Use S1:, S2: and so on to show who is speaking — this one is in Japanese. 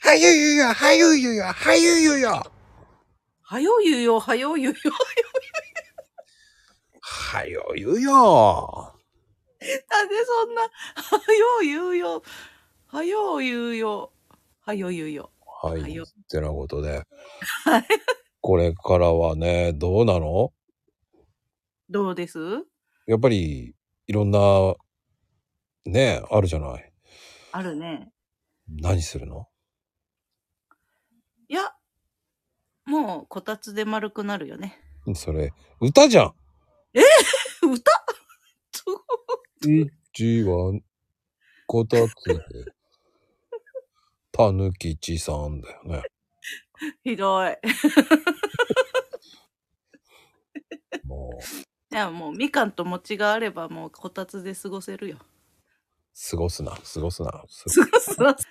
S1: はゆゆよ、はゆゆよ、はゆゆよ。
S2: はよゆよ、はよゆよ。
S1: はよゆよ。
S2: なんでそんな、はよゆよ、はよゆよ、はよゆよ。
S1: はい。
S2: はよ
S1: ってなことで
S2: はい。
S1: これからはね、どうなの
S2: どうです
S1: やっぱり、いろんな、ね、あるじゃない。
S2: あるね。
S1: 何するの
S2: いや、もうこたつで丸くなるよね。
S1: それ、歌じゃん。
S2: 歌そう
S1: 一は、こたつで、たぬきちさんだよね。
S2: ひどい。い
S1: もう、
S2: や、もうみかんと餅があ ればもうこたつで過ごせるよ。
S1: 過ごすな、過ごすな。過ご
S2: 過ごす